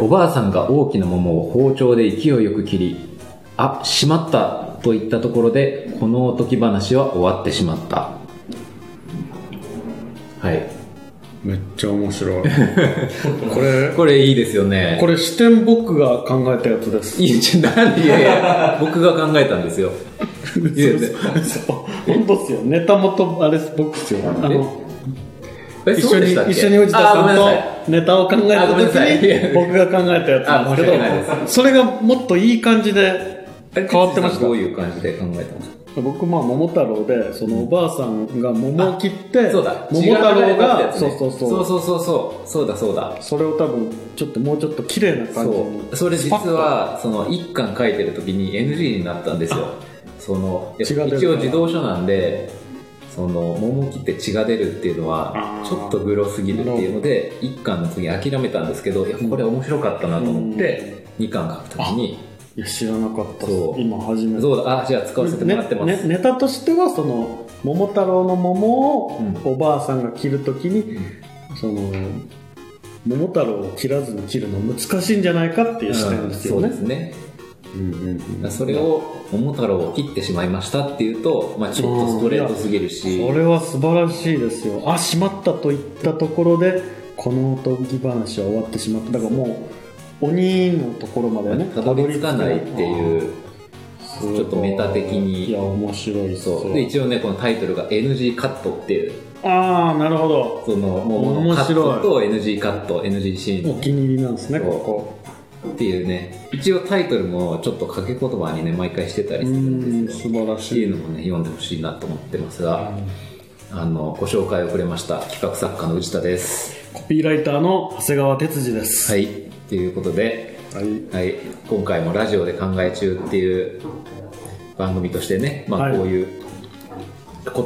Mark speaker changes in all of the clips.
Speaker 1: おばあさんが大きな桃を包丁で勢いよく切り、あ、しまったといったところで、このおとき話は終わってしまった。はい。
Speaker 2: めっちゃ面 白い。これ、
Speaker 1: これいいですよね。
Speaker 2: これ視点僕が考えたやつです。
Speaker 1: いや、ちょ、なんで、いやいや、僕が考えたんですよ。いやいや
Speaker 2: そう。本当っすよ。ネタ元、あれです、僕っすよ。あの、
Speaker 1: え
Speaker 2: 一
Speaker 1: そ
Speaker 2: 緒
Speaker 1: うで
Speaker 2: に、
Speaker 1: したっけ
Speaker 2: 一緒に藤田
Speaker 1: あごめ
Speaker 2: さん
Speaker 1: んなさい
Speaker 2: とネタを考え
Speaker 1: あ
Speaker 2: た
Speaker 1: ごめんな
Speaker 2: 時
Speaker 1: さい
Speaker 2: に、僕が考えたやつなんですけ
Speaker 1: あ申し訳ない
Speaker 2: ど、それがもっといい感じで変わってました
Speaker 1: どう。いう感じで考えたんですか
Speaker 2: 僕まあ桃太郎でそのおばあさんが桃を切って
Speaker 1: そうだ、
Speaker 2: 桃太郎
Speaker 1: 違うや
Speaker 2: が
Speaker 1: つ
Speaker 2: そ
Speaker 1: ね
Speaker 2: うそう
Speaker 1: そ
Speaker 2: そうう
Speaker 1: そうそうそう、そうだそうだ。
Speaker 2: それを多分ちょっともうちょっと綺麗な感じに
Speaker 1: そう。それ実は、その、一巻書いてる時に NG になったんですよ。その、
Speaker 2: 血が出る
Speaker 1: 一応自動書なんで、その、桃切って血が出るっていうのは
Speaker 2: あ、ー
Speaker 1: ちょっとグロすぎるっていうので、一巻の次諦めたんですけど、いや、これ面白かったなと思って、二巻書くときに、
Speaker 2: いや知らなかったっす
Speaker 1: そう
Speaker 2: 今初めて
Speaker 1: そうだ、あ、じゃあ使わせてもらってます。
Speaker 2: ねねネタとしてはその桃太郎の桃を
Speaker 1: うん
Speaker 2: おばあさんが切るときに、
Speaker 1: うん
Speaker 2: その桃太郎を切らずに切るの難しいんじゃないかっていう視点ですよ
Speaker 1: うんそう
Speaker 2: ね、
Speaker 1: ですね。
Speaker 2: うんうんうん
Speaker 1: それを、桃太郎を切ってしまいましたっていうと、まあちょっとストレートすぎるし。
Speaker 2: これは素晴らしいですよあしまったといったところでこのおとぎ話は終わってしまっただからもう鬼のところまでね
Speaker 1: たどり着かないっていううちょっとメタ的に
Speaker 2: いや面白いっすよ
Speaker 1: そうで一応ねこのタイトルが NG カットっていう
Speaker 2: ああなるほど
Speaker 1: そのもう
Speaker 2: 面
Speaker 1: カッ
Speaker 2: 白い
Speaker 1: トと NG カット NG シー
Speaker 2: お
Speaker 1: ン
Speaker 2: 気に入りなんですね
Speaker 1: そ
Speaker 2: こ
Speaker 1: う
Speaker 2: こ
Speaker 1: っていうね一応タイトルもちょっと掛け言葉にね毎回してた
Speaker 2: う
Speaker 1: りするん
Speaker 2: ん
Speaker 1: です
Speaker 2: 素
Speaker 1: よ
Speaker 2: 晴ら
Speaker 1: ってい
Speaker 2: しいう
Speaker 1: のもね読んでほしいなと思ってますがあのご紹介をくれました企画作家の内田です
Speaker 2: コピーライターの長谷川哲司です
Speaker 1: はいということで、
Speaker 2: はい
Speaker 1: はい、今回もラジオで考え中っていう番組としてね、まあ、
Speaker 2: はい
Speaker 1: こういう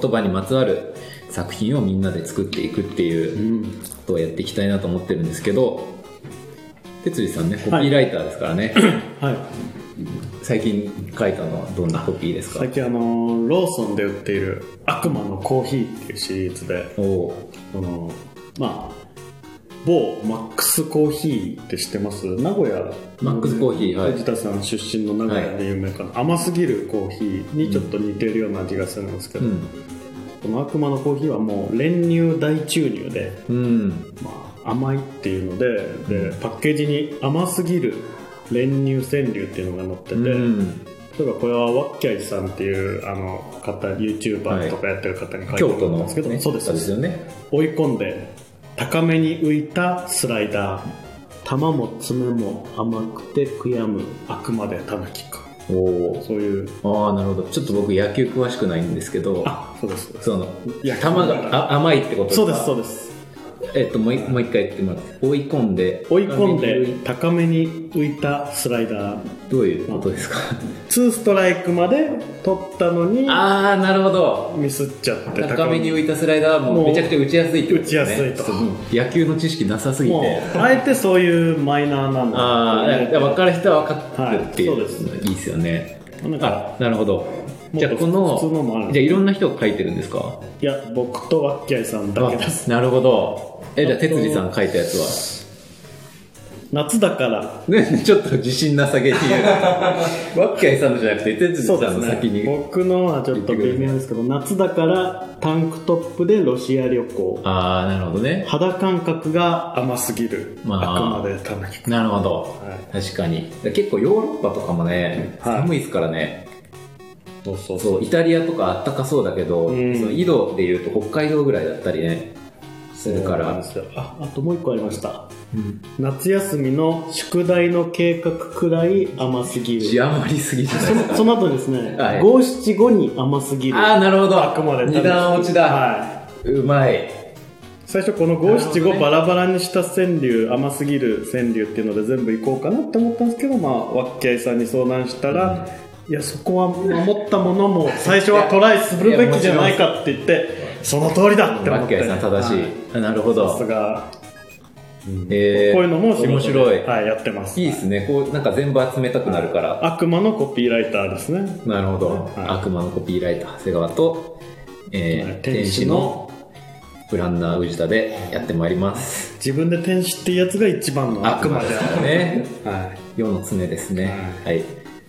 Speaker 1: 言葉にまつわる作品をみんなで作っていくっていう、
Speaker 2: うん
Speaker 1: ことをやっていきたいなと思ってるんですけど哲司さんねコピーライターですからね、
Speaker 2: はい
Speaker 1: 最近書いたのはどんなコピーですか
Speaker 2: 最近あのローソンで売っている「悪魔のコーヒー」っていうシリーズで
Speaker 1: おお
Speaker 2: そのまあ某マックスコーヒーって知ってます名古屋
Speaker 1: マックスコーヒーはい
Speaker 2: 藤田さん出身の名古屋で有名かな、甘すぎるコーヒーにちょっと似てるような味がするんですけ
Speaker 1: う
Speaker 2: ど、
Speaker 1: ん
Speaker 2: この悪魔のコーヒーはもう練乳大注入で、
Speaker 1: うん
Speaker 2: まあ、甘いっていうのででパッケージに甘すぎる練乳川柳っていうのが載ってて、
Speaker 1: うん
Speaker 2: 例えばこれはワッキャイさんっていうあの方 YouTuber とかやってる方に書いて
Speaker 1: 京
Speaker 2: も
Speaker 1: 都
Speaker 2: らったん
Speaker 1: の、
Speaker 2: ですけど、
Speaker 1: ね、
Speaker 2: そうです
Speaker 1: 方ですよね
Speaker 2: 追い込んで高めに浮いたスライダー球も爪も甘くて悔やむあくまでたぬきか
Speaker 1: おお
Speaker 2: そういう
Speaker 1: ああなるほどちょっと僕野球詳しくないんですけど
Speaker 2: あそうですそうです
Speaker 1: その
Speaker 2: い
Speaker 1: 球
Speaker 2: や
Speaker 1: があ甘いってこと
Speaker 2: そうですそう
Speaker 1: う
Speaker 2: です
Speaker 1: えっともう一もう一回言ってもらって追い込んで
Speaker 2: 追い込んで高めに浮いたスライダー
Speaker 1: どういうことですか
Speaker 2: ツーストライクまで取ったのに
Speaker 1: ああなるほど
Speaker 2: ミスっちゃって
Speaker 1: 高めに浮いたスライダーもめちゃくちゃ打ちやすいってことですね
Speaker 2: 打ちやすいと
Speaker 1: そう野球の知識なさすぎ
Speaker 2: も
Speaker 1: て
Speaker 2: うあえてそういうマイナーなの
Speaker 1: ああ、いや分かる人は分かってるっていう、
Speaker 2: はいそうで
Speaker 1: いいですよね。
Speaker 2: なんか
Speaker 1: あ、なるほど。
Speaker 2: と
Speaker 1: じゃあこの、
Speaker 2: 普通のもある
Speaker 1: じゃあいろんな人が書いてるんですか
Speaker 2: いや僕とワッキャイさんだけです
Speaker 1: あなるほど。え、じゃあ
Speaker 2: あと
Speaker 1: 哲司さん書いたやつ
Speaker 2: 夏だから
Speaker 1: は。ね、ちょっと自信なさげに言 う。わっきゃいさんのじゃなくて、哲司
Speaker 2: そう
Speaker 1: さ
Speaker 2: で
Speaker 1: ん
Speaker 2: す
Speaker 1: の先に。
Speaker 2: ね僕のはちょっと微妙ですけど夏だからタンクトップでロシア旅行
Speaker 1: ああ、なるほどね。
Speaker 2: 肌感覚が甘すぎる、
Speaker 1: まあ
Speaker 2: あくまでたぬき
Speaker 1: なるほど。
Speaker 2: は
Speaker 1: 確かに。結構ヨーロッパとかもね、
Speaker 2: はい
Speaker 1: 寒いですからね。
Speaker 2: そうそうそう
Speaker 1: そう、イタリアとかあったかそうだけど、
Speaker 2: うん
Speaker 1: その緯度でいうと北海道ぐらいだったりね、するか
Speaker 2: なん
Speaker 1: ら
Speaker 2: で。すよああともう一個ありました
Speaker 1: うん
Speaker 2: 夏休みの宿題の計画くらい甘すぎ
Speaker 1: 字
Speaker 2: る
Speaker 1: 余りすぎじゃない
Speaker 2: そ
Speaker 1: です
Speaker 2: の
Speaker 1: か
Speaker 2: その後ですね
Speaker 1: はい
Speaker 2: 五七五に甘すぎる
Speaker 1: ああなるほど
Speaker 2: あくまで
Speaker 1: 二段落ちだ、
Speaker 2: はいう
Speaker 1: まい
Speaker 2: 最初この
Speaker 1: なる
Speaker 2: 五
Speaker 1: ほどね
Speaker 2: 七五バラバラにした川柳甘すぎる川柳っていうので全部いこうかなって思ったんですけどまあわっきゃいさんに相談したら、いやそこは守ったも のも最初はトライするべきじゃないかって言ってその通りだって思
Speaker 1: マッキ
Speaker 2: って
Speaker 1: ャイさん正しい、
Speaker 2: は
Speaker 1: あなるほ
Speaker 2: さす
Speaker 1: ど
Speaker 2: が
Speaker 1: えー
Speaker 2: こういうのも仕事で
Speaker 1: 面白い、
Speaker 2: はい、やってます
Speaker 1: い、いですねこうなんか全部集めたくなるから、
Speaker 2: 悪魔のコピーライターですね
Speaker 1: なるほど、
Speaker 2: はい
Speaker 1: 悪魔のコピーライター長谷川と、えー
Speaker 2: はい
Speaker 1: 天
Speaker 2: 天
Speaker 1: 使
Speaker 2: 使
Speaker 1: の
Speaker 2: の
Speaker 1: プランナー宇治田でやってまいります。
Speaker 2: 自分で天使ってやつが一番の悪魔で
Speaker 1: で
Speaker 2: あ
Speaker 1: すね。
Speaker 2: る。はい。
Speaker 1: 世の常ですね。はい。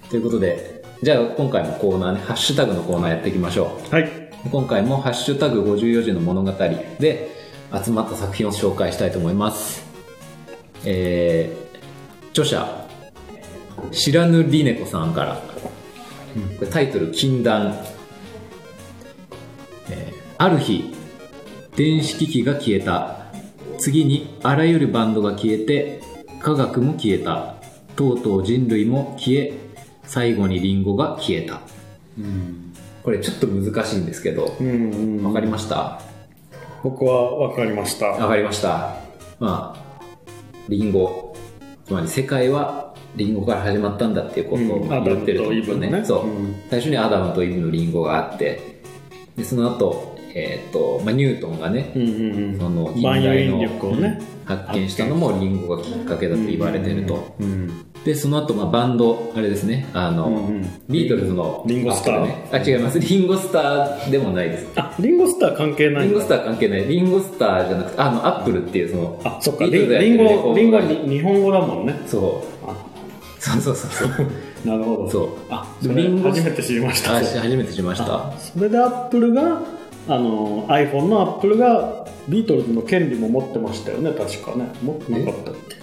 Speaker 1: ということで、じゃあ今回もコーナーね、ハッシュタグのコーナーやっていきましょ
Speaker 2: はい。
Speaker 1: う。今回もハッシュタグ54時の物語で集まった作品を紹介したいと思います。えー、著者、知らぬりねこさんから、これタイトル、禁断。えーある日、電子機器が消えた次にあらゆるバンドが消えて科学も消えたとうとう人類も消え最後にリンゴが消えたこれちょっと難しいんですけど
Speaker 2: うんう
Speaker 1: わ
Speaker 2: ん。
Speaker 1: かりました
Speaker 2: 僕はわかりました。
Speaker 1: わかりましたまあリンゴつまり世界はリンゴから始まったんだっていうこと
Speaker 2: うん
Speaker 1: を言ってるってことですね,、
Speaker 2: アダムとイブのね
Speaker 1: そう、
Speaker 2: うん
Speaker 1: 最初にアダムとイブのリンゴがあってでその後、えーとまあ、ニュートンがね、
Speaker 2: うんうん
Speaker 1: その
Speaker 2: うん。万有引力をね。
Speaker 1: 発見したのもリンゴがきっかけだと言われてると、
Speaker 2: うん。
Speaker 1: でその後まあバンドあれですねあの、
Speaker 2: うんうん
Speaker 1: ビートルズの
Speaker 2: リンゴスター
Speaker 1: あねあ違いますリンゴスターでもないです
Speaker 2: あ、リンゴスター関係ない
Speaker 1: リン
Speaker 2: ん
Speaker 1: ゴ
Speaker 2: だ
Speaker 1: スター関係ないリンゴスターじゃなくてあのアップルっていうその
Speaker 2: あ、そっか。
Speaker 1: ビー
Speaker 2: リ
Speaker 1: トルズがや
Speaker 2: ンリン
Speaker 1: ってる
Speaker 2: ゴ、リンゴは
Speaker 1: レコードが
Speaker 2: に日本語だもんね。
Speaker 1: そう
Speaker 2: あ、
Speaker 1: そうそうそうそう
Speaker 2: なるほど。
Speaker 1: そう
Speaker 2: あ、
Speaker 1: で
Speaker 2: そ
Speaker 1: も
Speaker 2: れ
Speaker 1: リンゴ
Speaker 2: 初めて知りました
Speaker 1: あ。し初めてしました
Speaker 2: それでアップルがあの iPhone のアップルがビートルズの権利も持ってましたよね確かね持ってなかったっけ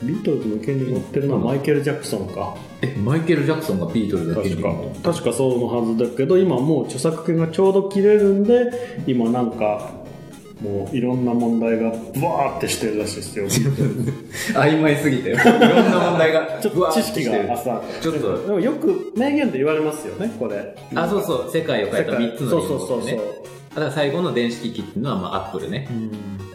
Speaker 2: ビートルズの権利持ってるのはマイケル・ジャクソンか
Speaker 1: えマイケル・ジャクソンがビートルズだけ
Speaker 2: 確か確かそうのはずだけど今もう著作権がちょうど切れるんで今なんかもういろんな問題がブワーってしてるらしいですよ
Speaker 1: 曖昧すぎていろんな問題が
Speaker 2: ちょっ
Speaker 1: うわ
Speaker 2: と
Speaker 1: ー
Speaker 2: 知
Speaker 1: って
Speaker 2: 識
Speaker 1: きてる
Speaker 2: が浅い
Speaker 1: ちょっと
Speaker 2: でもよく名言で言われますよねこれ
Speaker 1: あそうそう世界を変えた3つのリンゴ
Speaker 2: そうそうそう
Speaker 1: ね
Speaker 2: そう
Speaker 1: だから最後の電子機器っていうのはまあアップルね、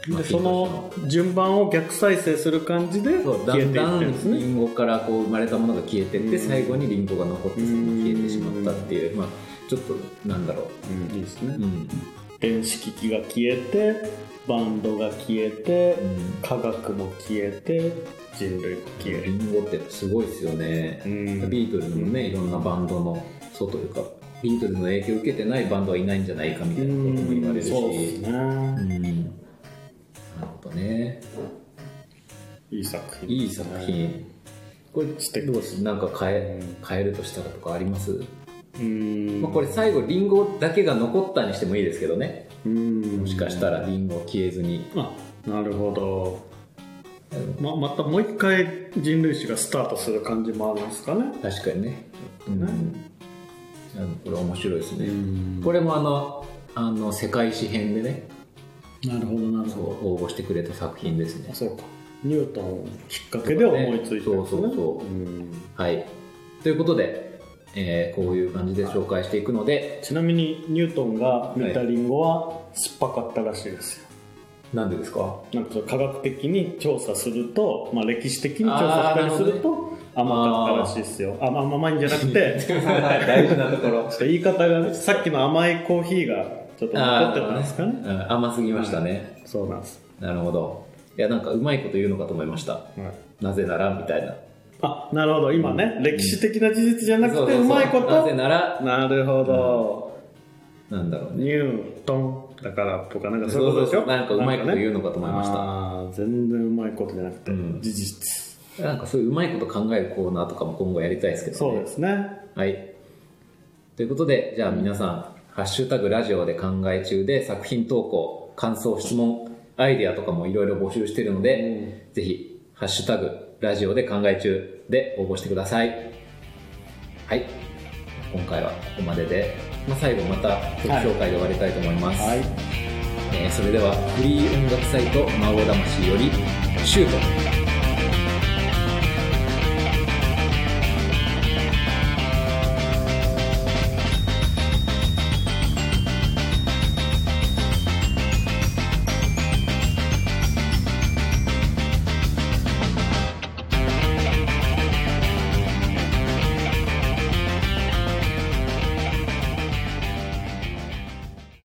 Speaker 1: まあ
Speaker 2: でその順番を逆再生する感じで
Speaker 1: そうだ
Speaker 2: 消え
Speaker 1: ん
Speaker 2: てい
Speaker 1: だ
Speaker 2: ってるんです
Speaker 1: んリ
Speaker 2: ね
Speaker 1: ンゴからこう生まれたものが消えてって、
Speaker 2: うん
Speaker 1: 最後にリンゴが残ってその消えてしまったっていう、まあ、ちょっとなんだろ
Speaker 2: いいです
Speaker 1: う、
Speaker 2: ね
Speaker 1: うん
Speaker 2: 電子機器が消えてバンドが消えて
Speaker 1: うん
Speaker 2: 科学も消えて人類も消え
Speaker 1: リ
Speaker 2: る
Speaker 1: ンゴってすごいですよね、
Speaker 2: うん
Speaker 1: ビートルズもねいろんなバンドのそうというかビートルズの影響を受けてないバンドはいないんじゃないかみたいなことも言われるし
Speaker 2: そうですね
Speaker 1: うんなるほどね
Speaker 2: いい作品
Speaker 1: いい作品これ
Speaker 2: 素敵
Speaker 1: どうですなんか変え変えるとしたらとかあります、
Speaker 2: うん
Speaker 1: まあ、これ最後リンゴだけが残ったにしてもいいですけどね
Speaker 2: も
Speaker 1: もしかしたらリンゴ消えずに
Speaker 2: あなるほどままたもう一回人類史がスタートする感じもあるんですかね
Speaker 1: 確かにね、うん、あのこれ面白いですね、
Speaker 2: ん
Speaker 1: これもあのあの世界史編でね
Speaker 2: なるほどなる
Speaker 1: そ
Speaker 2: ほ
Speaker 1: う
Speaker 2: ど
Speaker 1: 応募してくれた作品ですね
Speaker 2: そうかニュートンきっかけで思いついた
Speaker 1: そうそうそうはいということで、えーこういう感じで紹介していくので
Speaker 2: ちなみにニュートンが見たリンゴは酸っぱかったらしいですよ
Speaker 1: なんでですか
Speaker 2: なんか科学的に調査すると、まあ、歴史的に調査したりすると甘かったらしいですよあまあ甘いんじゃなくて
Speaker 1: 大事なところ
Speaker 2: ちょっと言い方がねさっきの甘いコーヒーがちょっと 残ってたんですかね
Speaker 1: うん甘すぎましたね、
Speaker 2: そうなんです、
Speaker 1: なるほどいやなんかうまいこと言うのかと思いましたなぜならみたいな
Speaker 2: あなるほど今ね、歴史的な事実じゃな
Speaker 1: そそ
Speaker 2: くて
Speaker 1: そう
Speaker 2: まいこ
Speaker 1: なぜ
Speaker 2: と
Speaker 1: なら
Speaker 2: なるほど、
Speaker 1: なんだろうね
Speaker 2: ニュートンだからとかなんかそう
Speaker 1: そ
Speaker 2: いうう
Speaker 1: そう
Speaker 2: ことでし
Speaker 1: そ
Speaker 2: ょ
Speaker 1: うなんかうまいこと言う
Speaker 2: う
Speaker 1: のかと思いました
Speaker 2: あー全然うまいことじゃなくて、
Speaker 1: うん
Speaker 2: 事実
Speaker 1: なんかそういううまいこと考えるコーナーとかも今後やりたいですけどね。
Speaker 2: そうですね
Speaker 1: はい。ということで、じゃあ皆さん、ハッシュタグラジオで考え中で作品投稿、感想、質問、アイデアとかもいろいろ募集してるので、ぜひ、ハッシュタグラジオで考え中で応募してください。はい。今回はここまでで、まあ、最後また曲紹介で終わりたいと思います。
Speaker 2: はい
Speaker 1: えーそれではフリー音楽サイト「魔王魂」より「シュート」